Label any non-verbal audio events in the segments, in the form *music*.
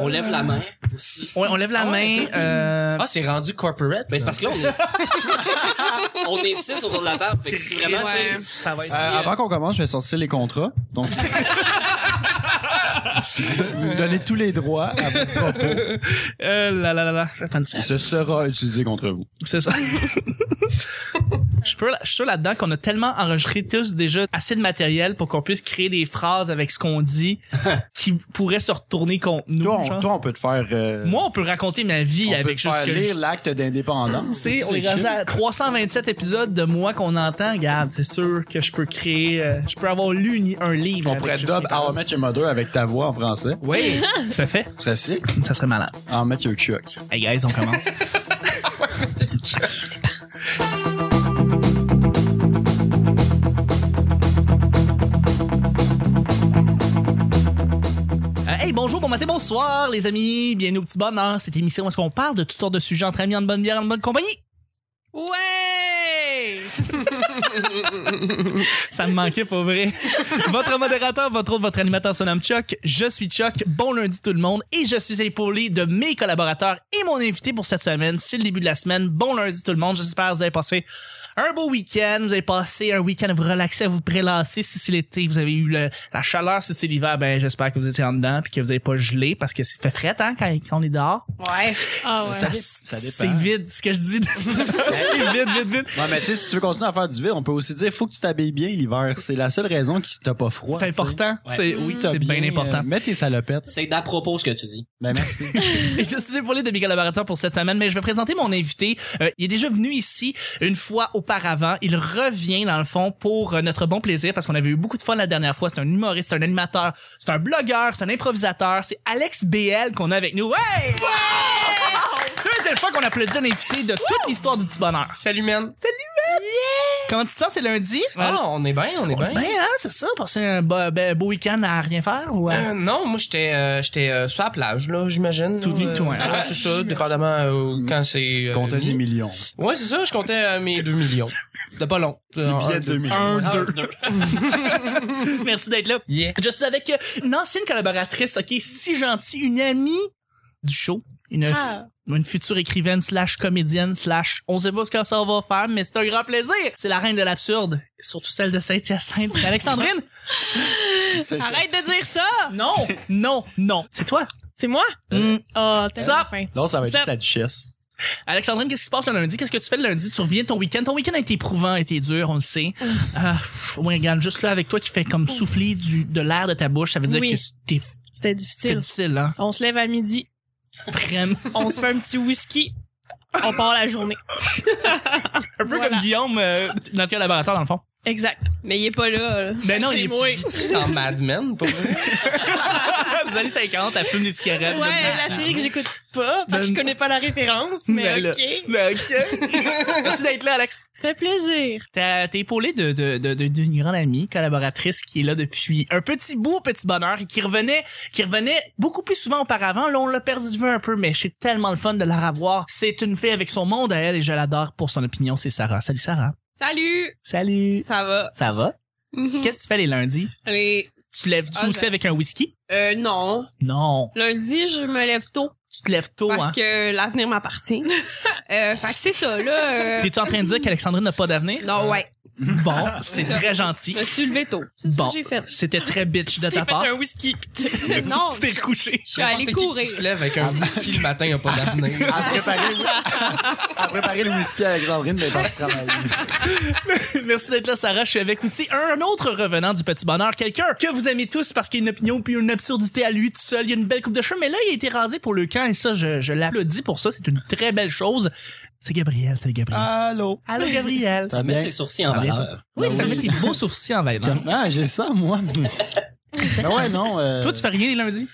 On lève la main aussi. On, on lève la Ah ouais, main. ok. euh, Ah, c'est rendu corporate. Ben, c'est parce que là, on est... on est *laughs* six autour de la table. Fait que si vraiment, tu sais, ouais, ça va Euh, être. avant qu'on commence, je vais sortir les contrats. *laughs* Donc, vous donnez tous les *laughs* droits à votre propos. Euh, là là là là. Fais pas une scène. Ce sera utilisé contre vous. C'est *laughs* ça. Je, peux, je suis sûr là-dedans qu'on a tellement enregistré tous déjà assez de matériel pour qu'on puisse créer des phrases avec ce qu'on *laughs* dit qui pourraient se retourner contre nous. Toi, on, genre. toi, on peut te faire. euh, Moi, on peut raconter ma vie on peut avec te juste faire que lire je- l'acte d'indépendance. Tu sais, on est rendu à 327 épisodes de moi qu'on entend. Regarde, c'est sûr que je peux créer... euh, je peux avoir lu une- un livre. On avec pourrait juste dub mes paroles. How I Met Your Mother avec ta voix en français. Oui, *laughs* ça fait. Très sick. Ça serait malade. How I Met Your Chuck. Hey guys, on commence. Euh, hey, bonjour, bon matin, bonsoir, les amis. Bienvenue au petit bonheur. Cette émission où est-ce qu'on parle de toutes sortes de sujets entre amis, en bonne bière, en bonne compagnie. Ouais! Ça me manquait pour *laughs* vrai. votre modérateur, votre autre, votre animateur se nomme Chuck. Je suis Chuck. Bon lundi tout le monde. Et je suis épaulé de mes collaborateurs et mon invité pour cette semaine. C'est le début de la semaine. Bon lundi tout le monde. J'espère que vous avez passé un beau week-end. Vous avez passé un week-end à vous relaxer, à vous prélasser. Si c'est l'été, vous avez eu le- la chaleur. Si c'est l'hiver, ben, j'espère que vous étiez en dedans puis que vous n'avez pas gelé parce que c'est fait fret, hein, quand, quand on est dehors. Ouais. Ah ouais. Ça, ça dépend. C'est vide, ce que je dis. *laughs* c'est vide, vide, vide. Ouais, mais tu sais, si tu veux continuer à faire du vide, on peut aussi dire faut que tu t'habilles bien l'hiver. C'est la seule raison qui t'a pas froid. C'est important. Ouais. C'est, tu sais. oui, Si t'as c'est bien important. euh, mets tes salopettes. c'est d'à propos ce que tu dis. Ben, merci. *laughs* Et Je suis épaulé de mes collaborateurs pour cette semaine, mais je vais présenter mon invité. Euh, il est déjà venu ici une fois auparavant. Il revient, dans le fond, pour euh, notre bon plaisir, parce qu'on avait eu beaucoup de fun la dernière fois. C'est un humoriste, c'est un animateur, c'est un blogueur, c'est un improvisateur. C'est Alex BL qu'on a avec nous. Ouais! Deuxième fois qu'on applaudit un invité de toute l'histoire du petit bonheur. Salut, man. Comment tu te sens? C'est lundi? Ah, on est bien, on est bien. ben, hein, c'est ça, passer un beau, ben, beau week-end à rien faire ou à... Euh, non, moi j'étais euh, j'étais euh, sur la plage là, j'imagine. Tout là, nu, euh, tout, hein. ah, c'est ça, dépendamment euh, quand c'est euh, Comptez mis. tes millions. Ouais, c'est ça, je comptais euh, mes 2 millions. C'était pas long. Tes billets de 2 millions. Un, deux. *laughs* Merci d'être là. Je suis avec euh, une ancienne collaboratrice, ok, si gentille, une amie du show, une, f- Ah. une future écrivaine slash comédienne slash on sait pas ce que ça va faire, mais c'est un grand plaisir. C'est la reine de l'absurde, surtout celle de *laughs* Saint-Hyacinthe. C'est Alexandrine? C'est- Arrête de dire ça! non, non, non. C'est toi. C'est moi? Mm. Oh, t'as Ça. la fin. Non, ça va être Ça- juste la duchesse. Alexandrine, qu'est-ce qui se passe le lundi? Qu'est-ce que tu fais le lundi? Tu reviens de ton week-end. Ton week-end a été éprouvant, a été dur, on le sait. Euh, pff, ouais, regarde, juste là avec toi qui fait comme souffler du, de l'air de ta bouche, ça veut dire Oui. que c'était C'était c'était difficile. difficile, hein? On se lève à midi, Vraiment. on se fait un petit whisky, on part la journée. Un peu Voilà. comme Guillaume, euh, notre collaborateur, dans le fond. Exact. Mais il est pas là. là. Ben non, C'est il est moi. *laughs* Tu en Mad Men pour vrai? Vous années 50, elle fume des cigarettes. elle Ouais, la série que j'écoute pas, parce que je connais pas la référence, mais Ben là. ok. donne du- Ben, ok. *laughs* Merci d'être là, Alex. Fait plaisir. T'as- T'es épaulé de, de, de, de- d'une grande amie, collaboratrice qui est là depuis un petit bout, petit bonheur, et qui revenait, qui revenait beaucoup plus souvent auparavant. Là, on l'a perdu de vue un peu, mais c'est tellement le fun de la revoir. C'est une fille avec son monde à elle et je l'adore pour son opinion. C'est Sarah. Salut, Sarah. Salut! Salut. Ça va? Ça va? Mhm. Qu'est-ce que tu fais les lundis? Allez, Tu lèves-tu Ah, aussi je- avec un whisky? euh, non. Non. Lundi, je me lève tôt Tu te lèves tôt, parce hein? que *laughs* l'avenir m'appartient. euh, fait que c'est ça, là. euh, T'es-tu en train de dire qu'Alexandrine n'a pas d'avenir? Non, ouais. Bon, c'est très gentil. Je me suis levée tôt. C'est Bon. ça que j'ai fait. C'était très bitch de T'es ta fait part. un whisky. pis t'es- non, Tu t'es recouché. *laughs* je suis allée N'importe qui qui courir. se lève avec un whisky le matin, y a pas d'avenir. À préparer, à préparer le whisky à Alexandrine, mais pas se travailler. Merci d'être là, Sarah. Je suis avec aussi un autre revenant du Petit Bonheur. Quelqu'un que vous aimez tous parce qu'il a une opinion puis une absurdité à lui tout seul. Il a une belle coupe de cheveux, mais là, il a été rasé pour le camp et ça, je, je l'applaudis pour ça. C'est une très belle chose. C'est Gabriel, c'est Gabriel. Allô? Allô, Gabriel. Ça Mais bien? ses sourcils en Ah, bien. valeur. Oui, ça oui. met tes beaux sourcils en veille. Comme, ah, j'ai ça, moi. ben ouais, non. euh, Toi, tu fais rien les lundis?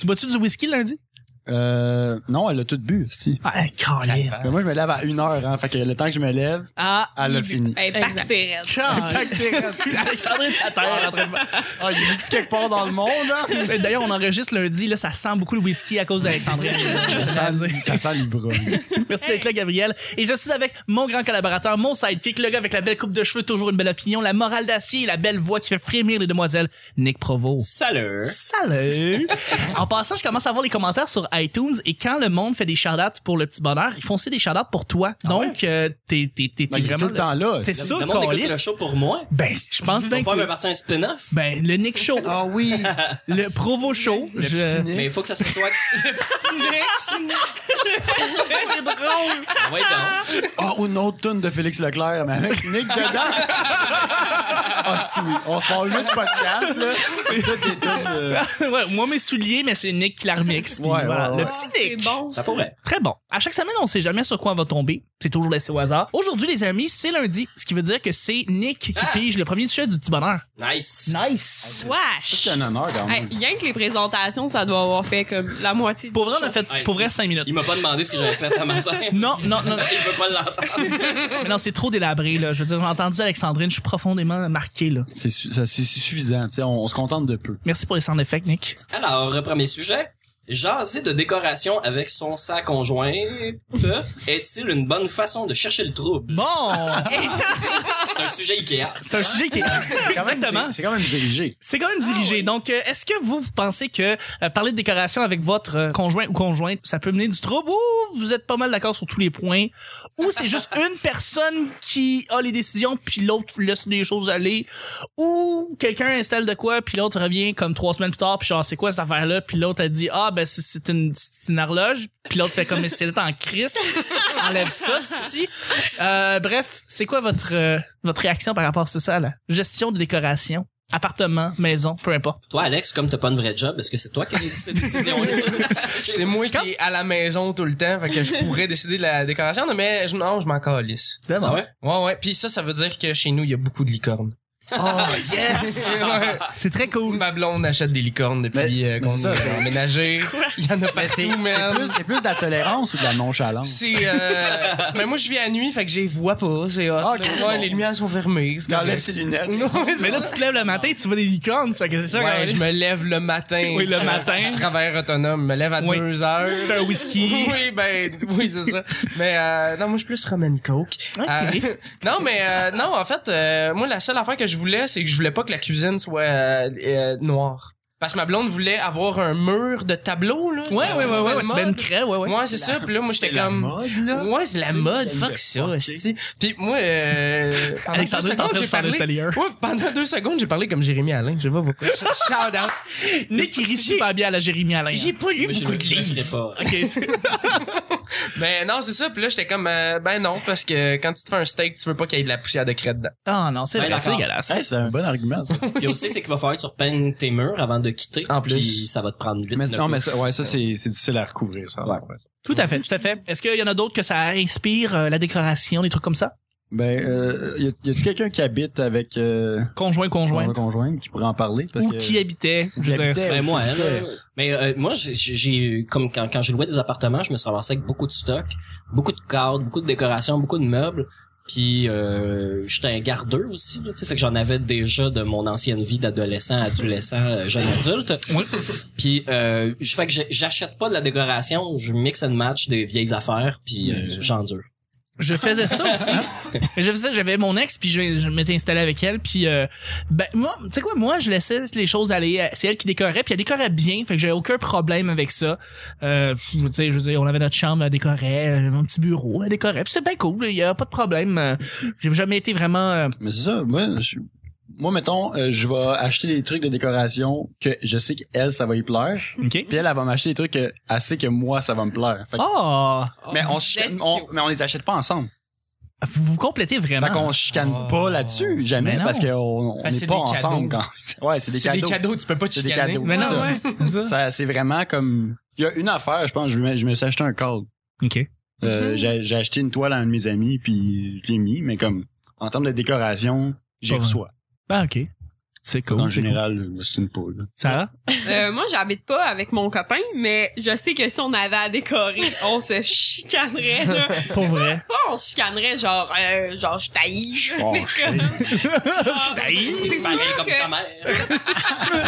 Tu bois-tu du whisky le lundi? Euh, non, elle a tout bu, c'ti. Ah, Colin. Mais moi, je me lève à une heure, hein. Fait que le temps que je me lève, Ah, elle a Ben, fini. Hey, Exact. bactéries. Colin. Alexandre est à terre en train de- Ah, il est quelque part dans le monde, hein? Mais D'ailleurs, on enregistre lundi, là, ça sent beaucoup le whisky à cause d'Alexandrine. Ça sent, ça sent l'ivrogne. Merci d'être là, Gabriel. Et je suis avec mon grand collaborateur, mon sidekick, le gars avec la belle coupe de cheveux, toujours une belle opinion, la morale d'acier et la belle voix qui fait frémir les demoiselles, Nick Provost. Salut! Salut! en passant, je commence à voir les commentaires sur iTunes et quand le monde fait des shout pour le petit bonheur, ils font aussi des shout pour toi. Ah Donc, euh, t'es, t'es, t'es, t'es Il est vraiment. tout le temps là. C'est ça, Le monde écoute le câlisse. show pour moi. Ben, je pense On bien va que. faire me partir un spin-off. Ben, le Nick Show. Ah oui! le Provo Show. je- Mais il faut que ça soit toi. *laughs* Ouais, donc. Ah, ou une autre tune de Félix Leclerc, mais avec Nick dedans. Ah, si oui. On se parle de podcast, là. C'est toutes des tunes. euh, *laughs* Ouais, moi, mes souliers, mais c'est Nick qui la remixe. puis Ouais, voilà, ouais, ouais. Le petit C'est Nick. bon. Ça pourrait. Très bon. À chaque semaine, on sait jamais sur quoi on va tomber. C'est toujours laissé au hasard. Aujourd'hui, les amis, c'est lundi, ce qui veut dire que c'est Nick qui Ah! pige le premier sujet du petit bonheur. Nice. Nice. Wesh. C'est un honneur, quand Hey, même. rien que les présentations, ça doit avoir fait comme la moitié du Pour vrai, on a show. fait pour vrai 5 minutes. Il m'a pas demandé ce que j'avais fait à *laughs* matin. Non, non, non, non. Il veut pas l'entendre. Mais non, c'est trop délabré, là. Je veux dire, j'ai entendu Alexandrine, je suis profondément marqué, là. C'est su- ça- c'est suffisant, tu sais, on, on se contente de peu. Merci pour les sound effects, Nick. Alors, premier sujet. Jaser de décoration avec son sac conjoint est-il une bonne façon de chercher le trouble? Bon! *laughs* C'est un sujet Ikea. C'est un sujet qui est. Exactement. C'est quand même dirigé. C'est quand même dirigé. Donc, euh, est-ce que vous, vous pensez que euh, parler de décoration avec votre euh, conjoint ou conjointe, ça peut mener du trouble ou vous êtes pas mal d'accord sur tous les points ou c'est juste une personne qui a les décisions puis l'autre laisse les choses aller ou quelqu'un installe de quoi puis l'autre revient comme trois semaines plus tard puis genre c'est quoi cette affaire-là puis l'autre a dit ah ben c'est- c'est une, c'est une horloge puis l'autre fait comme mais c'est en crise enlève ça si Euh, bref c'est quoi votre euh, votre réaction par rapport à ça là gestion de décoration appartement, maison, peu importe. Toi, Alex, comme t'as pas une vraie job, est-ce que c'est toi qui as pris cette décision-là? *laughs* C'est moi qui est à la maison tout le temps, fait que je pourrais décider de la décoration, non, mais je, non, je m'en calisse. Ah ouais? Ouais, ouais. Puis ça, ça veut dire que chez nous, il y a beaucoup de licornes. Oh, Ah, *laughs* Yes! C'est très cool. Ma blonde achète des licornes depuis Mais- euh, mais qu'on c'est ça, est *laughs* c'est- emménagé. Il y en a c'est partout, c'est man. plus, c'est plus de la tolérance ou de la nonchalance? C'est *laughs* euh... mais moi je vis à nuit fait que je les vois pas, c'est hot. Ah, là. ok. Ouais, les lumières sont fermées. c'est Il enlève correct. ses lunettes. Non, c'est Mais là, ça. tu te lèves le matin, tu vois des licornes, ça fait que c'est ça. quand Ouais, je me lève le matin. Oui, le Je- matin. Je travaille autonome, je me lève à Oui. 2 heures. Tu fais un whisky. Oui, ben, oui, c'est ça. Mais euh, non, moi, je suis plus Roman Coke. Euh, *laughs* non, mais euh, non, en fait, euh, moi, la seule affaire que je voulais, c'est que je voulais pas que la cuisine soit euh, euh, noire. Parce que ma blonde voulait avoir un mur de tableau, là. Ouais, C'est ouais, ouais, ça, ouais, la ouais, mode. tu mets une craie, ouais, ouais. Ouais, c'est ça. Puis là, moi, j'étais la comme... mode, là. Ouais, c'est la C'est mode, une fuck de ça, fucker. esti. Puis moi, *laughs* euh, pendant deux Alexandre est en secondes, train de j'ai s'en parlé- installer un. Ouais, pendant deux secondes, j'ai parlé comme Jérémy Alain, je sais *laughs* pas pourquoi. Shout out. Nick, il rit super bien à la Jérémy Alain. J'ai pas lu Moi, je beaucoup le- de je le livres. ferais pas. Ok, c'est- Mais non, c'est ça. Puis là, j'étais comme, euh, ben non, parce que quand tu te fais un steak, tu veux pas qu'il y ait de la poussière de crête dedans. Ah non, c'est Ouais, vrai, c'est d'accord. dégueulasse. Hey, c'est un bon argument, ça. Puis aussi, c'est qu'il va falloir que tu repeignes tes murs avant de quitter. En plus. Puis ça va te prendre vite. Mais, le non, coup. Ah, mais ça, ouais, ça, c'est c'est difficile à recouvrir, ça. Ouais. Tout à fait, tout à fait. Est-ce qu'il y en a d'autres que ça inspire euh, la décoration, des trucs comme ça? *laughs* Ben, euh, y a- y a-tu quelqu'un qui habite avec euh, Conjoint, un conjointe. conjoint qui pourrait en parler? Parce Ou que qui habitait, je veux dire. habitait, Ben, ou moi, qui hein, habitait. là. Mais euh, moi, j'ai- j'ai j'ai- comme quand, quand j'ai loué des appartements, je me suis ramassé avec beaucoup de stock, beaucoup de cadres, beaucoup de décorations, beaucoup de meubles. Puis euh, j'étais un gardeur aussi, là, tu sais, fait que j'en avais déjà de mon ancienne vie d'adolescent, adolescent, euh, jeune adulte. Puis euh, je fais que j'ai- j'achète pas de la décoration, je mix and match des vieilles affaires, puis euh, j'endure. Je faisais ça aussi. Mais je faisais, j'avais mon ex puis je, je m'étais installé avec elle puis euh, ben moi, tu sais quoi, moi je laissais les choses aller. C'est elle qui décorait puis elle décorait bien, fait que j'avais aucun problème avec ça. Euh, je veux dire, je veux dire, on avait notre chambre, elle décorait, euh, mon petit bureau, elle décorait, puis c'était bien cool, il y a pas de problème. Euh, J'ai jamais été vraiment euh, Mais c'est ça, moi, je, moi mettons, euh, je vais acheter des trucs de décoration que je sais qu'elle, ça va y plaire. OK. Puis elle, elle va m'acheter des trucs qu'elle sait que moi, ça va me plaire. Fait que- Oh, mais, on se Ah, Vous chicane- êtes on, cute. mais on les achète pas ensemble. vous vous complétez Fait qu'on vraiment. se chicane Ah. Oh. pas là-dessus, jamais, Mais non. parce qu'on on Parce que n'est c'est pas des ensemble cadeaux. quand. *laughs* ouais, c'est des C'est cadeaux. des cadeaux, tu peux pas te C'est des chicaner. cadeaux. Mais non, ça. ouais. c'est ça. Ça, c'est vraiment comme. Il y a une affaire, je pense, je me, je me suis acheté un cadre. OK. Euh, Mhm. j'ai, j'ai acheté une toile à un de mes amis, puis je l'ai mis, mais comme, en termes de décoration, j'y Pas vrai. reçois. Ah OK. C'est cool. en c'est cool. général, c'est une poule. Sarah? Euh, moi, j'habite pas avec mon copain, mais je sais que si on avait à décorer, on se chicanerait. Là. Pour vrai. Pas on se chicanerait genre, euh, genre je taillis. Je suis *laughs* fâché. Je taille. C'est Pareil sûr comme que- ta mère.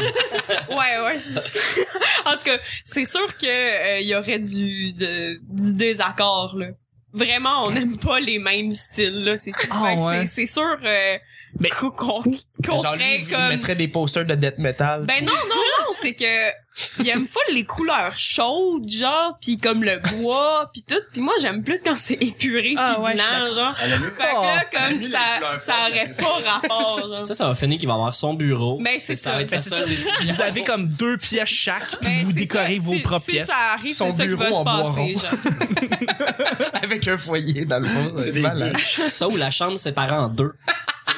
Ouais, ouais. c'est- *laughs* en tout cas, c'est sûr que euh, il y aurait du, de- du désaccord, là. Vraiment, on n'aime pas les mêmes styles, là. C'est tout. Ah, Fait que ouais. c'est- C'est sûr euh, Mais- qu'on qu'on- qu'on Genre, lui, serait il comme... mettrait des posters de death metal. Ben non, non, non, c'est que il aime pas les couleurs chaudes, genre, puis comme le bois, puis tout. Puis moi, j'aime plus quand c'est épuré, Ah puis ouais, je suis blanc, genre. Elle a mis- Fait que là, elle a comme mis les ça, couleurs ça fortes, aurait mais pas rapport, genre. Ça, ça va finir qu'il va avoir son bureau. Ben, c'est ça. ça. va être Ben, sa c'est seule ça. décision. Vous avez comme deux pièces chaque, puis Ben, vous c'est décorez ça. vos Si- propres si pièces. ça arrive, Son c'est ça qui va bureau se en bois passer, rond. genre. Ben, *laughs* Avec un foyer, dans le fond. C'est C'est des malade. Ça ou la chambre séparée en deux.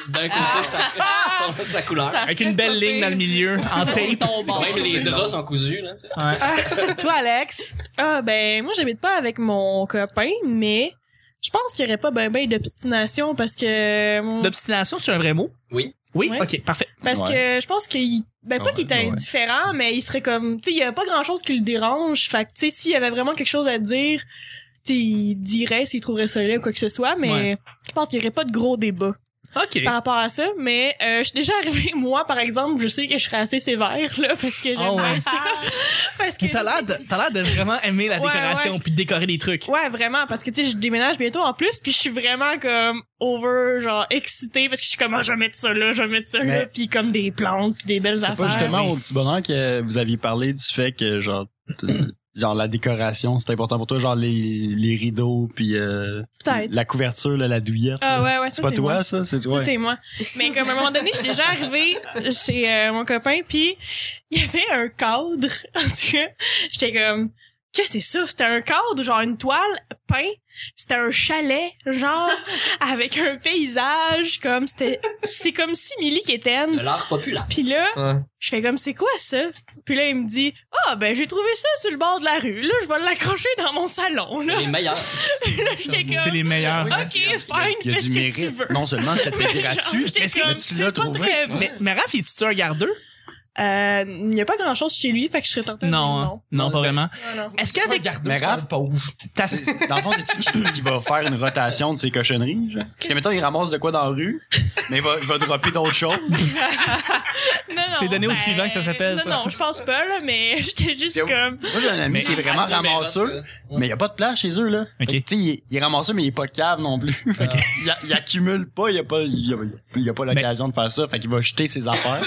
D'un côté, ça, ça- sa Ah, couleur. Ça Avec serait une pas belle ligne pire. dans le milieu, en tape. Tombant. Même les draps sont cousus, là, tu sais. Toi, Alex? Ah ben moi j'habite pas avec mon copain, mais je pense qu'il y aurait pas ben ben d'obstination parce que mon- L'obstination, c'est un vrai mot? Oui. Oui? Ouais. OK, parfait. parce que je pense qu'il Ah ben pas Ouais, qu'il était ouais. indifférent, mais il serait comme tu sais il y a pas grand chose qui le dérange, fait que tu sais s'il y avait vraiment quelque chose à dire, tu sais, il dirait s'il trouverait ça laid ou quoi que ce soit, mais Ouais. je pense qu'il y aurait pas de gros débat OK. par rapport à ça, mais euh, je suis déjà arrivée *laughs* moi par exemple, je sais que je serais assez sévère là parce que j'aime Ah ouais. bien ça. *laughs* parce que Mais t'as l'air de, t'as l'air de vraiment aimer la Ouais, décoration puis de décorer des trucs. Ouais, vraiment, parce que tu sais, je déménage bientôt en plus, puis je suis vraiment comme over, genre excitée, parce que je suis comme, ah, je vais mettre ça là, je vais mettre ça là, Mais- puis comme des plantes, puis des belles C'est affaires. pas justement mais- au petit bonheur que vous aviez parlé du fait que genre t- *coughs* genre la décoration c'est important pour toi genre les, les rideaux puis euh, Peut-être. la couverture là, la douillette. Ah là. ouais, ouais, ça C'est c'est pas toi moi. ça, c'est Ça, toi. c'est moi. Mais comme à un moment donné, j'étais déjà arrivée chez euh, mon copain, puis il y avait un cadre. *laughs* En tout cas, j'étais comme, que c'est ça? C'était un cadre, genre une toile peint. puis C'était un chalet, genre, *laughs* avec un paysage, comme c'était... C'est comme Simili qui était... De l'art populaire. Puis là, Ouais. Je fais comme c'est quoi ça Puis là il me dit "Ah ben j'ai trouvé ça sur le bord de la rue. Là je vais l'accrocher dans mon salon." C'est Là, les meilleurs. Là, j'étais C'est comme les meilleurs. OK, fine, fais ce que tu veux. Non seulement c'était Genre, gratuit, j'étais mais comme, tu c'est l'as pas trouvé. très bon. Mais, mais Raph, es-tu un gardeux? Euh, il n'y a pas grand-chose chez lui, fait que je serais tentée de dire Non, hein. non, pas vraiment. non. Non, non. Est-ce qu'avec Mais Raph, pauvre. ta... C'est- Dans le fond, c'est-tu qui, qui va faire une rotation de ses cochonneries? Genre? Parce que, mettons, il ramasse de quoi dans la rue, mais il va, il va dropper d'autres choses. Non, C'est non, donné au ben, suivant que ça s'appelle, Non ça. non, je pense pas là, mais *laughs* j'étais juste Yo. comme Moi, j'ai un ami qui est vraiment Ah, mais ramasseux, mais il n'y a pas de place chez eux, là. Ok. Fait que, Tu sais, il, est- il est ramasseux, mais il est pas cave non plus. Fait que, il, a- il accumule pas, il a pas, il a, il a pas l'occasion de faire ça. Fait qu'il va jeter ses affaires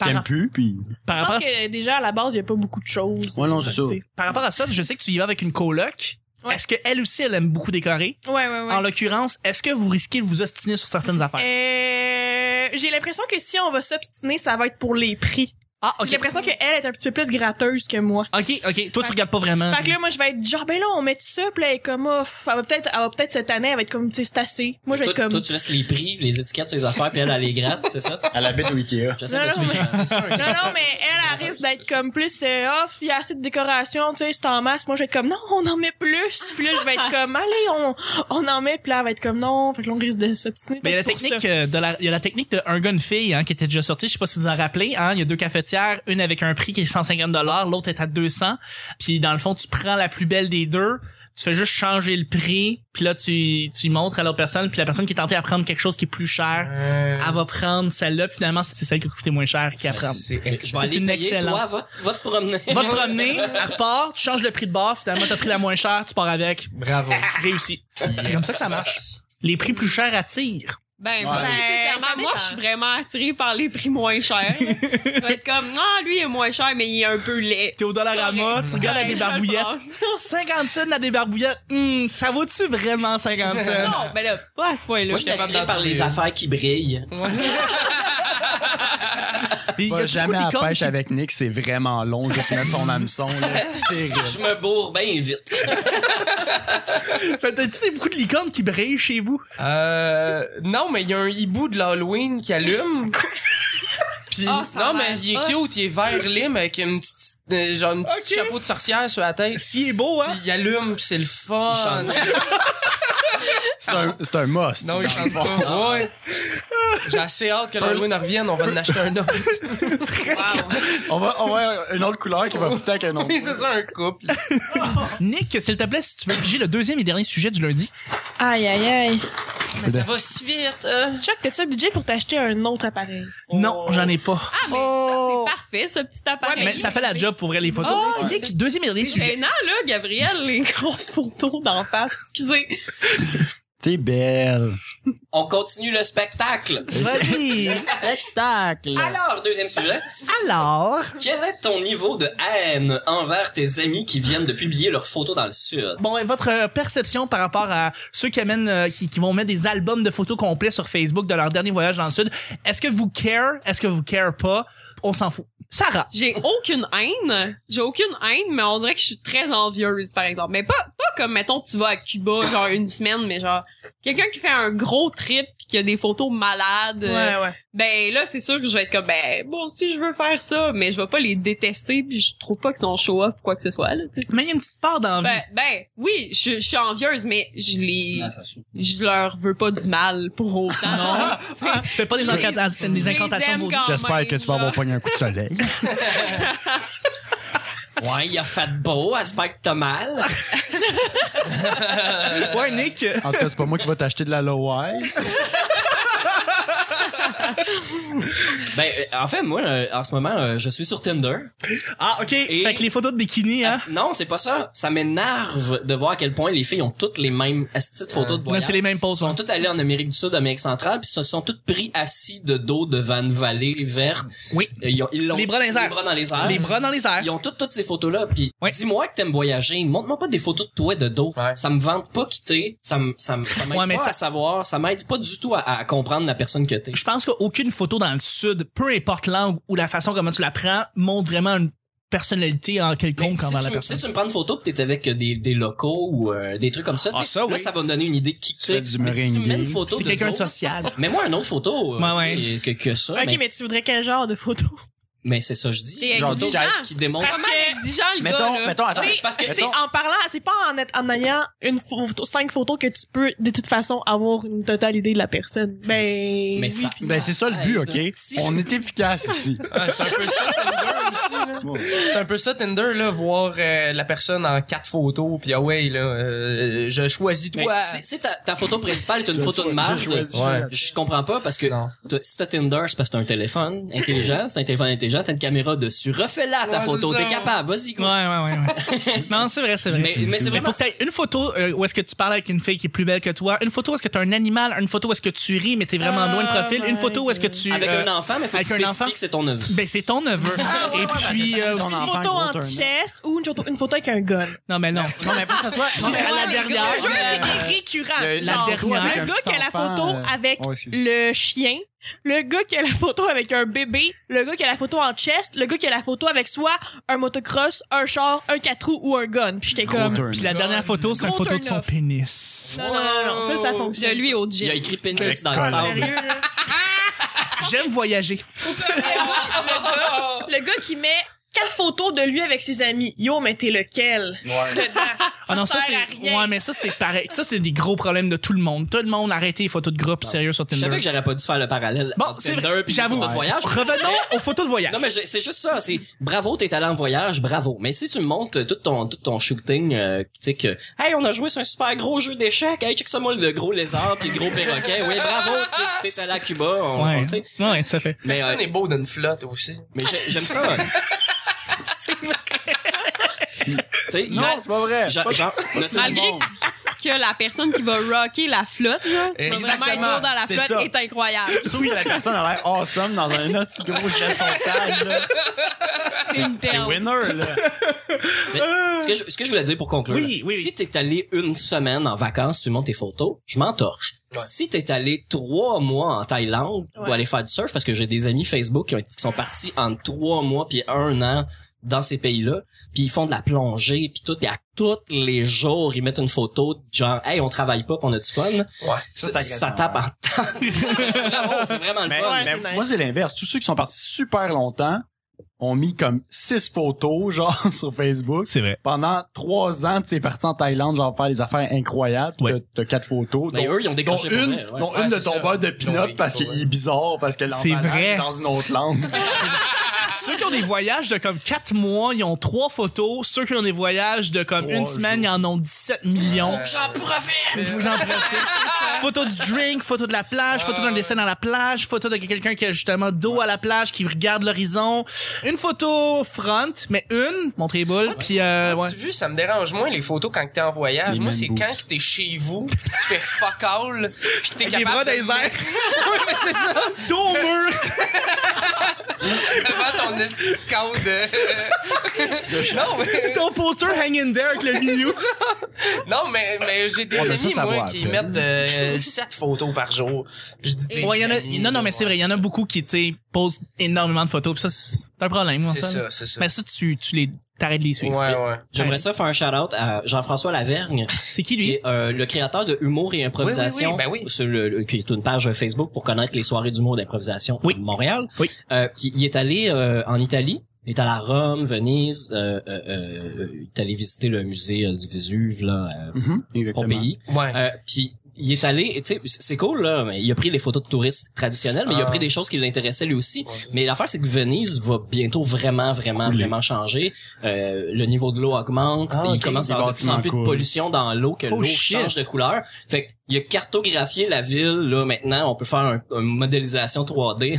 qu'il aime plus, puis... par, je rapport à... pense ah, que déjà à la base, il y a pas beaucoup de choses. Ouais, non, c'est ça. Tu sais. par rapport à ça, je sais que tu y vas avec une coloc. Ouais. Est-ce qu'elle aussi, elle aime beaucoup décorer? Ouais ouais ouais. En l'occurrence, est-ce que vous risquez de vous ostiner sur certaines affaires? Euh, j'ai l'impression que si on va s'obstiner, ça va être pour les prix. Ah, J'ai ok. l'impression qu'elle est un petit peu plus gratteuse que moi. Ah, Ok, ok. Toi, tu regardes pas vraiment. Fait que là, moi, je vais être genre, ben là, on met ça, pis là, elle est comme, oh, pff, elle va peut-être, elle va peut-être cette année, elle va être comme, tu sais, c'est assez. Moi, je vais Toi, être comme, toi, tu laisses les prix, les étiquettes sur les affaires, puis elle, elle les gratte, c'est ça? Elle habite au Ikea. J'essaie Non, de non, suivre. mais- C'est ça. non, *laughs* non, mais elle, elle risque d'être comme plus, euh, oh, il y a assez de décoration, tu sais, c'est en masse. Moi, je vais être comme, non, on en met plus. Puis là, je *laughs* vais être comme, allez, on, on en met, pis là, elle va être comme, non. Fait que là, on risque de s'obstiner. Mais il y a la Ben, Pour ça. technique euh, de la, il y a la technique de un gars une fille hein, qui était déjà sortie. Je sais pas si vous en rappelez. Hein, il y a deux cafetières, une avec un prix qui est 150 dollars, l'autre est à 200. Puis dans le fond, tu prends la plus belle des deux. Tu fais juste changer le prix, puis là tu tu montres à l'autre personne, puis la personne qui est tentée à prendre quelque chose qui est plus cher, Euh, Ah, elle va prendre celle-là. puis Finalement, c'est celle qui a coûté moins cher qu'elle prend. *laughs* Je vais C'est aller une payer, excellente. Toi, va, te- va te promener. Va te promener, elle repart, tu changes le prix de bar, finalement t'as pris la moins chère, tu pars avec, Bravo. réussi. C'est comme ça que ça marche. Les prix plus chers attirent. Ben, Ouais. pas nécessairement. ça moi, je suis vraiment attirée par les prix moins *laughs* chers. Je vais être comme, ah, lui il est moins cher, mais il est un peu laid. T'es au Dollarama, tu regardes la Ouais, je débarbouillette, le prends. 50 cents la débarbouillette, hmm, ça vaut-tu vraiment 50 cents? *laughs* Non, ben là, pas à ce point-là. Moi, je suis capable attiré par d'en les trouver. affaires qui brillent. Puis il y a Pas beaucoup jamais à d'icônes pêche qui- avec Nick, c'est vraiment long, juste mettre son hameçon, là. Terrible. Je me bourre bien vite. Ça t'as-tu des beaucoup de licornes qui brillent chez vous? Euh, non, mais il y a un hibou de l'Halloween qui *laughs* allume. Puis, Ah, ça a non, mais l'air il est hot. cute, il est vert lime avec une petite, euh, genre, une petite chapeau de sorcière sur la tête. Si il est beau, Puis hein? il allume, puis c'est le fun. Il chante. C'est un, c'est un must. Non, il chante pas. Ouais. J'ai assez hâte que l'Halloween revienne, on va en acheter un autre. On va, on va avoir une autre couleur qui va foutre avec un autre. *laughs* Oui, c'est ça, un couple. Nick, s'il te plaît, si tu veux piger le deuxième et dernier sujet du lundi. Aïe, aïe, aïe. Mais ça va si vite. euh. Chuck, t'as-tu un budget pour t'acheter un autre appareil? Non, j'en ai pas. Ah, mais Oh. ça, c'est parfait, ce petit appareil. Mais ça fait la job pour vrai, les photos. Oh, Nick, deuxième et dernier C'est sujet. gênant, là, Gabriel, les *laughs* grosses photos d'en face. Excusez. *laughs* T'es belle. On continue le spectacle. Vas-y. Spectacle. Alors, deuxième sujet. Alors. Quel est ton niveau de haine envers tes amis qui viennent de publier leurs photos dans le sud? Bon, et votre euh, perception par rapport à ceux qui amènent, euh, qui, qui vont mettre des albums de photos complets sur Facebook de leur dernier voyage dans le sud, est-ce que vous care? Est-ce que vous care pas? On s'en fout. Sarah. J'ai aucune haine. J'ai aucune haine, mais on dirait que je suis très envieuse, par exemple. Mais pas, pas comme, mettons, tu vas à Cuba, genre, une semaine, mais genre, quelqu'un qui fait un gros trip pis qui a des photos malades. euh, ouais. Ben, là, c'est sûr que je vais être comme, ben, moi aussi, je veux faire ça, mais je vais pas les détester pis je trouve pas qu'ils sont show-off ou quoi que ce soit, là, tu sais. Mais il y a une petite part d'envie. Ben, ben, oui, je, je suis envieuse, mais je les, je leur veux pas du mal pour autant. *laughs* Non. tu fais pas des, encanta- des les incantations aime pour quand J'espère même, que tu vas là. avoir pogné un coup de soleil. Ouais, il y a Fatbo, j'espère que t'as *laughs* mal. Ouais, Nick. En tout cas, c'est pas moi qui vais t'acheter de la Lowai. Ben, euh, en fait, moi, euh, en ce moment, euh, je suis sur Tinder. Ah, OK. Fait que les photos de bikini, hein? Non, c'est pas ça. Ça m'énerve de voir à quel point les filles ont toutes les mêmes petites photos de voyage. Non, Euh, ben, c'est les mêmes poses. hein. Ils sont toutes allées en Amérique du Sud, Amérique centrale, puis se sont toutes pris assis de dos devant une vallée verte. Oui. Et Ils ont, ils l'ont- Les bras dans les airs. bras dans les airs. Les bras dans les airs. Ah. Ils ont toutes, toutes ces photos-là, puis Ouais. dis-moi que t'aimes voyager, montre-moi pas des photos de toi de dos. Ouais. Ça me vante pas quitter, ça me, ça me, ça m'aide Ouais, mais pas ça- à savoir, ça m'aide pas du tout à, à comprendre la personne que t'es. Je pense qu'aucune photo dans le sud, peu importe l'angle ou la façon comment tu la prends, montre vraiment une personnalité en Mais quelconque si, envers tu, la me- personne. si tu me prends une photo pis t'es avec euh, des, des locaux ou euh, des trucs comme ça, Ah, tu sais, ça, là, oui. ça va me donner une idée de qui tu fais es. du Mais si tu me mets une meringue. photo T'es de quelqu'un de dos, social. Mets-moi une autre photo euh, Ouais, tu sais, Que, que ça. Ok, mais mais tu voudrais quel genre de photo? mais c'est ça que je dis. T'es Une photo exigeant. qui démontre Parce- Comment exigeant, le gars, Mettons, là. mettons, attends. C'est- Ah, parce que- c'est mettons- en parlant, c'est pas en, être- en ayant une photo, cinq photos que tu peux de toute façon avoir une totale idée de la personne. Ben, Mais oui, ça- puis Ben, c'est ça le but, Aide. OK? Si On est efficace *laughs* ici. Ah, c'est un peu ça, Tinder aussi, là. C'est un peu ça, Tinder, là, voir euh, la personne en quatre photos, puis ah ouais, là, euh, je choisis Mais toi. si- si ta, ta photo principale est une Je photo de sois- marge, je choisis. Ouais. je comprends pas parce que Non. t'as- si t'as Tinder, c'est parce que t'as un téléphone intelligent, c'est un téléphone intelligent, t'as une caméra dessus. Refais-la ta Ouais, photo, c'est ça. t'es capable, vas-y. Ouais, go. ouais, ouais. *laughs* ouais. non, c'est vrai, c'est vrai. Mais, mais c'est Mais vraiment faut que t'aies une photo euh, où est-ce que tu parles avec une fille qui est plus belle que toi, une photo où est-ce que t'as un animal, une photo où est-ce que tu ris mais t'es vraiment Ah, loin de profil, une my photo où est-ce que God. tu avec euh, un enfant, mais faut que avec tu un spécifies enfant. que c'est ton neveu. ben c'est ton neveu. Ah, Et puis euh, Ton Une enfant, photo gros en turn-up. chest ou une photo, une photo avec un gun. non mais non. Non, mais faut que ça soit. Puis, à Ah, la dernière, Le jeu, c'est des récurrents. le- la Genre, dernière avec le un gars petit qui a la enfant, photo euh, avec ouais, excuse. le chien, le gars qui a la photo avec un bébé, le gars qui a la photo en chest, le gars qui a la photo avec soit un motocross, un char, un quatre roues ou un gun. Puis j'étais comme... turn. euh, puis la dernière photo, c'est une Gros photo de son turn-off. pénis. Non, non, non, non, ça, ça fonctionne. Je lui au Il a gym. écrit pénis dans le sable. Sérieux, là. J'aime voyager. Le gars qui met quatre photos de lui avec ses amis. Yo, mais t'es lequel? Dedans. Ah non, ça c'est sert à rien. ouais, mais ça c'est pareil. Ça c'est des gros problèmes de tout le monde. Tout le monde arrêtez les photos de groupe sérieux sur Ah. Je savais Tinder. que j'aurais pas dû faire le parallèle Bon, entre c'est Tinder vrai. puis les J'avoue. photos de voyage. Revenons aux photos de voyage. Non mais je- c'est juste ça, c'est bravo t'es allé en voyage, bravo. Mais si tu me montes tout ton tout ton shooting, euh, tu sais que hey on a joué sur un super gros jeu d'échecs, hey check ça moi le gros lézard puis le gros perroquet, oui bravo t'es- t'es allé à Cuba, on, on- Ouais. tu sais. Ouais, tout à *laughs* fait. Mais Personne euh, n'est beau d'une flotte aussi. mais j'ai- j'aime *laughs* ça. Tu sais, Non, c'est pas vrai. Jean- Pas- Jean- notre- Malgré que la personne qui va rocker la flotte, là, va vraiment être Exactement, lourde dans la c'est flotte ça. est incroyable. Je trouve que la personne a l'air awesome dans un hostie gros gilet sauvetage, là. C'est une C'est terre. winner, là. ce, que je, ce que je voulais dire pour conclure, Oui, là, oui, si t'es allé une semaine en vacances, tu montes tes photos, je m'entorche. Si t'es allé trois mois en Thaïlande pour Ouais. aller faire du surf, parce que j'ai des amis Facebook qui, ont- qui sont partis en trois mois puis un an dans ces pays-là, puis ils font de la plongée puis tout, puis à tous les jours ils mettent une photo de genre hey on travaille pas, puis on a du fun. Ouais. c'est Ça, agressant, ça tape en temps. Bravo, c'est vraiment le Mais, fun. Ouais, mais c'est nice. moi, c'est l'inverse. Tous ceux qui sont partis super longtemps, ont mis comme six photos, *laughs* genre, sur Facebook. C'est vrai. Pendant trois ans, tu es parti en Thaïlande, genre, faire des affaires incroyables. Ouais. T'as- T'as quatre photos. Ben, dont- eux, ils ont dont décroché pour une, vrai, ouais. dont Ouais, une de c'est ça. ton beurre de Ils ont pinot des parce photos, qu'il ouais. est bizarre, parce que C'est l'emballage vrai. est dans une autre *laughs* langue. Ceux qui ont des voyages de comme 4 mois, ils ont 3 photos. Ceux qui ont des voyages de comme Trois une semaine, ils en ont 17 millions. J'en profite! Faut que j'en profite. photo du drink, photo de la plage, photo d'un dessin dans la plage, photo de quelqu'un qui a justement dos à la plage, qui regarde l'horizon. Une photo front, mais une, montrez les boules, puis euh, *laughs* ouais. Tu vu, ça me dérange moins les photos quand t'es en voyage. Les Moi, mêmes c'est boots. quand que t'es chez vous, pis tu fais fuck all, pis t'es Avec capable. les bras de- dans les airs. *laughs* oui, mais c'est ça. Dos au mur. Devant ton esti de code. euh, non, mais. *laughs* Ton poster hang in there avec le menu. Non, mais, mais j'ai des Ouais, mais ça, amis, ça moi, va qui après. mettent euh, 7 photos par jour. Puis je dis des Ouais, y en a, amis, non, non, mais là, c'est vrai, il y en a ouais, beaucoup qui, tu sais, posent énormément de photos, pis ça, c'est un problème, moi, C'est ça, c'est ça. Mais ça, tu, tu les, t'arrêtes de les Ouais, suivre. ouais. J'aimerais ça faire un shout-out à Jean-François Lavergne, C'est qui, qui lui? est euh, le créateur de Humour et Improvisation, Oui, oui, oui, ben oui. Sur le, le- qui est une page Facebook pour connaître les soirées d'humour d'improvisation Oui. de Montréal. Oui. Euh, puis il est allé euh, en Italie, il est allé à Rome, Venise, euh, euh, euh, il est allé visiter le musée euh, du Vésuve, là, à Mm, Mhm. Pompéi. Ouais. Euh, puis il est allé, et tu sais, c'est cool là, mais il a pris les photos de touristes traditionnels, mais il a Ah. pris des choses qui l'intéressaient lui aussi. Ouais, c'est ça. Mais l'affaire c'est que Venise va bientôt vraiment, vraiment, vraiment changer. Euh, le niveau de l'eau augmente, Ah, il ok. commence Les à avoir de plus en bâtiments plus de coulent. pollution dans l'eau, que Oh, l'eau shit. change de couleur. Fait qu'il a cartographié la ville là maintenant. On peut faire un- une modélisation 3D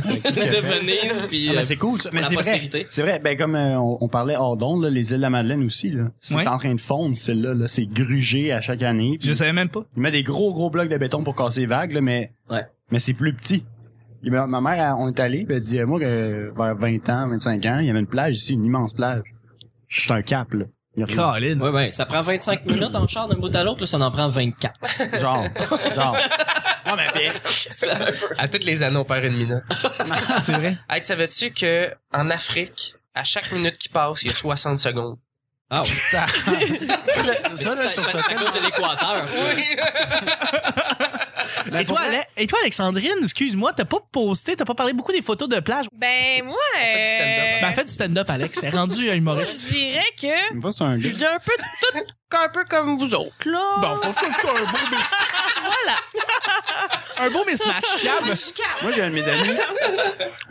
*laughs* de Venise, puis Ah, euh, ben, c'est cool, ça. pour Mais la c'est vrai. postérité. C'est vrai, ben comme euh, on, on parlait hors d'onde, là, les îles de la Madeleine aussi, là. C'est Ouais. en train de fondre, celle-là, là. C'est grugé à chaque année. puis Je savais même pas. Il met des gros gros blocs de béton pour casser les vagues, là, mais Ouais. mais c'est plus petit. Il- ma, ma mère, elle- on est allé, puis elle dit euh, moi que vers 20 ans, 25 ans, il y avait une plage ici, une immense plage. C'est un cap là. Il y a rien. Caroline. euh, Ouais, ouais, ça prend *coughs* 25 minutes en char d'un bout à l'autre, là, ça en prend 24. Genre, genre. À toutes les années, on perd une minute. *laughs* c'est vrai. Hey, tu savais-tu que en Afrique, à chaque minute qui passe, il y a *laughs* 60 secondes? Ah, ouais. Ça, Mais ça, là, c'est sur c'est ce- à cause de l'équateur. ça. Et toi, Ale- et toi, Alexandrine, excuse-moi, t'as pas posté, t'as pas parlé beaucoup des photos de plage. Ben, moi, fait du stand-up, euh, Ben, fais du stand-up, Alex. C'est rendu un humoriste. je dirais que Une fois, c'est un gars. je dis un peu tout un peu comme vous autres, là. Bon, pourquoi c'est un beau mismatch? Voilà. Un beau mismatch. Fiable. Moi, j'ai un de mes amis.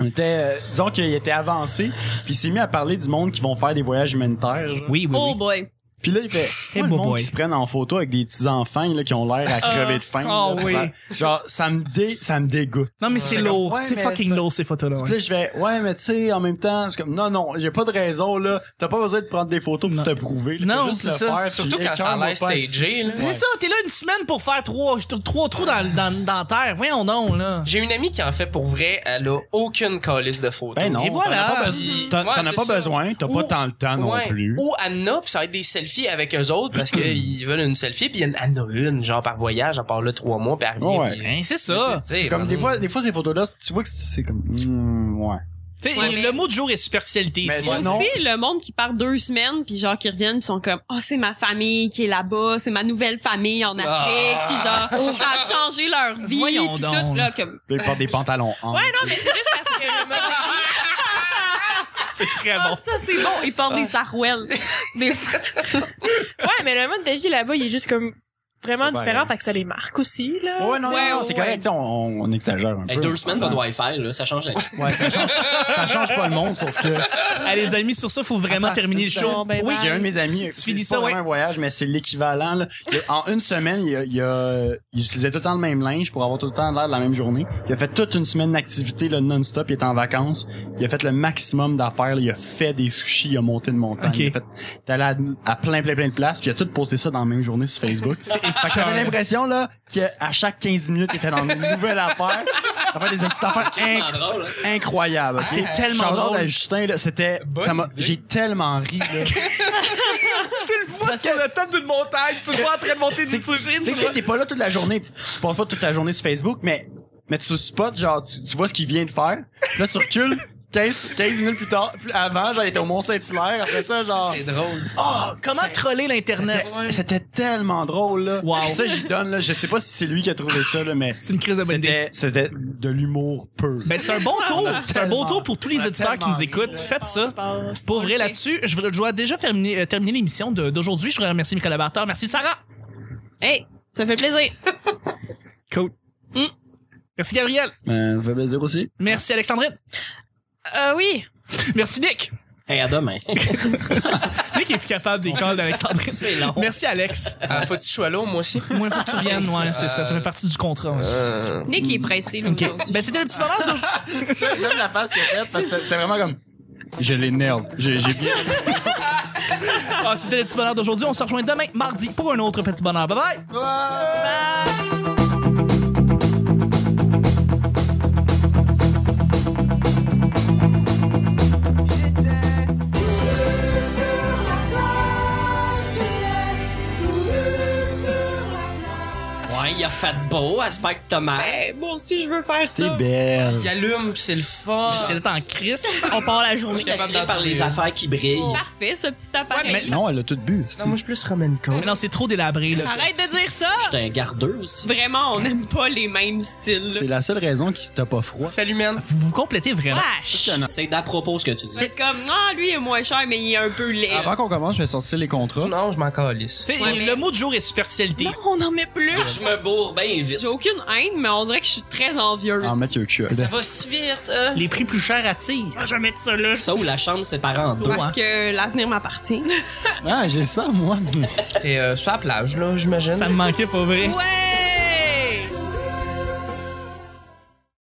On était, euh, disons qu'il était avancé, puis il s'est mis à parler du monde qui vont faire des voyages humanitaires. genre. Oui, oui, Oh oui. boy. Puis là, il fait. Eh, Moi, le boy, monde boy. qui se prennent en photo avec des petits enfants là, qui ont l'air à crever de faim. Ah, là, oui. ça- Genre, ça me dé, ça me dégoûte. Non, mais c'est Ouais. lourd. Ouais, c'est mais fucking c'est- lourd, ces photos-là. Puis ouais. là, je fais, ouais, mais tu sais, en même temps, c'est comme, non, non, j'ai pas de raison, là. T'as pas besoin de prendre des photos pour Non. te prouver. là. Non, Fais juste c'est le ça. faire, puis Surtout quand ça a l'air écarte-moi pas avec- stagé, là. C'est ça, t'es là une semaine pour faire trois, trois trous dans, dans, dans la terre. Voyons donc, là. J'ai une amie qui en fait pour vrai, elle a aucune calice de photos. Ben non. Et voilà. t'en as pas Puis- besoin- T'en Ouais, t'en as c'est pas ça. besoin, t'as Ou- pas tant le temps Ah non Ouais. plus. Ou Anna, puis ça va être des selfies avec eux autres *clears throat* parce qu'ils veulent une selfie, puis il y en Anna une, genre par voyage, à part là trois mois, puis elle revient. Ouais. puis- Ben, c'est ça. Tu sais, C'est comme, des vraiment. fois, des fois, ces photos-là, tu vois que c'est- c'est comme, hmm, ouais. T'sais, Ouais, mais- Le mot du jour est superficialité Mais ici. Ouais, non. Aussi, le monde qui part deux semaines, puis genre, qui reviennent, puis sont comme, oh, c'est ma famille qui est là-bas, c'est ma nouvelle famille en Afrique, Ah. puis genre, ça a changé leur vie, Voyons puis donc. tout, là, comme, Tu sais, ils portent des pantalons en. Ouais, non, mais c'est juste parce que le mode- C'est très ah, ça, c'est bon, ils portent des sarouels. Des- Ouais, mais le mode de vie là-bas, il est juste comme vraiment Ouais, ben, différent, fait que ça les marque aussi, là. Ouais, non, Ouais, non, non, c'est ouais. correct, tu sais, on, on- on exagère un Hey, peu. deux semaines pas de Wi-Fi, là, ça change. la vie. Ouais, ça change, ça change pas le monde, sauf que. Allez, les amis, sur ça, faut vraiment Attends, terminer le une show. seconde. ben, oui, bye. j'ai un de mes amis. euh, C'est finis pas ça, vraiment ouais. un voyage, mais c'est l'équivalent. là. Il a- En une semaine, il, a- il, a- il utilisait tout le temps le même linge pour avoir tout le temps l'air de la même journée. Il a fait toute une semaine d'activité là, non-stop. Il était en vacances. Il a fait le maximum d'affaires. là. Il a fait des sushis. Il a monté une montagne. Ok. Il a fait, il est allé à, à plein, plein, plein de places. Puis il a tout posté ça dans la même journée sur *laughs* Facebook. Fait que j'avais l'impression là qu'à chaque 15 minutes, il était dans une *laughs* nouvelle affaire. Il a fait des petites affaires inc- C'est drôle, hein. incroyables. ok? Ah, c'est tellement Shout-out drôle. à Justin, là, c'était, Bonne ça m'a- idée. j'ai tellement ri. Là. *laughs* Tu le vois sur la top d'une montagne, tu le vois en train de monter des sushis. Tu sais, quand t'es pas là toute la journée, tu tu passes pas toute la journée sur Facebook, mais, mais tu spots, genre, tu, tu vois ce qu'il vient de faire. Là, tu recules, 15, 15 minutes plus tard, plus avant, genre, il était au Mont-Saint-Hilaire. Après ça, genre. C'est drôle. Oh, comment troller l'Internet? C'était- C'était tellement drôle, là. Wow. Ça, j'y donne, là. Je sais pas si c'est lui qui a trouvé ça, là, mais C'est une crise de bonne idée. c'était c'était de l'humour peu. Ben, c'est *laughs* un bon tour. C'est un bon Tellement. tour pour tous les Ouais, auditeurs qui nous tellement. écoutent. Faites ça. passe. Pour vrai, là-dessus, je voudrais- je dois déjà terminer, euh, terminer l'émission de- d'aujourd'hui. Je voudrais remercier mes collaborateurs. Merci, Sarah. Hey, ça me fait plaisir. Cool. Mm. Merci, Gabriel. Euh, fait plaisir aussi. Merci, Alexandrine. Euh, oui. Merci, Nick. Hey, à demain. *laughs* Nick est plus capable des calls d'Alexandrine. C'est long. Merci, Alex. Ah, faut que tu sois là, moi aussi. Moi, faut que tu viennes. Ouais, c'est ça. Ça fait partie du contrat. Nick il est pressé, là, aujourd'hui. Ben, c'était le petit bonheur d'aujourd'hui. J'aime la face qu'il a faite parce que c'était- c'était vraiment comme. Je les nerd. J'ai j'ai bien. Ah, c'était le petit bonheur d'aujourd'hui. On se rejoint demain, mardi, pour un autre petit bonheur. Bye bye. Ouais, il a fait beau, aspect que t'as mal. Hey, moi aussi, je veux faire ça. belle. Il allume, pis c'est le fun. C'était en crise. On part la journée. Je suis attiré par les d'entendre. affaires qui brillent. Parfait, ce petit appareil. Ouais, mais- Non, elle a tout bu. Non, moi, je plus ramène Mais non, c'est trop délabré, là. Arrête de dire ça! J'étais un gardeur aussi. Vraiment, on n'aime pas les mêmes styles. là. la seule raison qui t'a pas froid. Salut, man. Vous vous complétez vraiment. Wesh! C'est d'à propos ce que tu dis. C'est comme, ah, lui est moins cher, mais il est un peu laid. Avant qu'on commence, je vais sortir les contrats. Non, je m'en calisse. Tu sais, Le mot du jour est superficialité. Non, on en met plus! Je me bourre bien vite. J'ai aucune haine, mais on dirait que je suis très envieuse. En Mathieu Chuck. Ça va si vite, hein? Les prix plus chers attirent. Ah, Je vais mettre ça là. Ça ou la chambre séparée en deux. parce hein. que l'avenir m'appartient. Ah, j'ai ça, moi. T'es euh, sur la plage, là, j'imagine. Ça me manquait pas vrai. Ouais!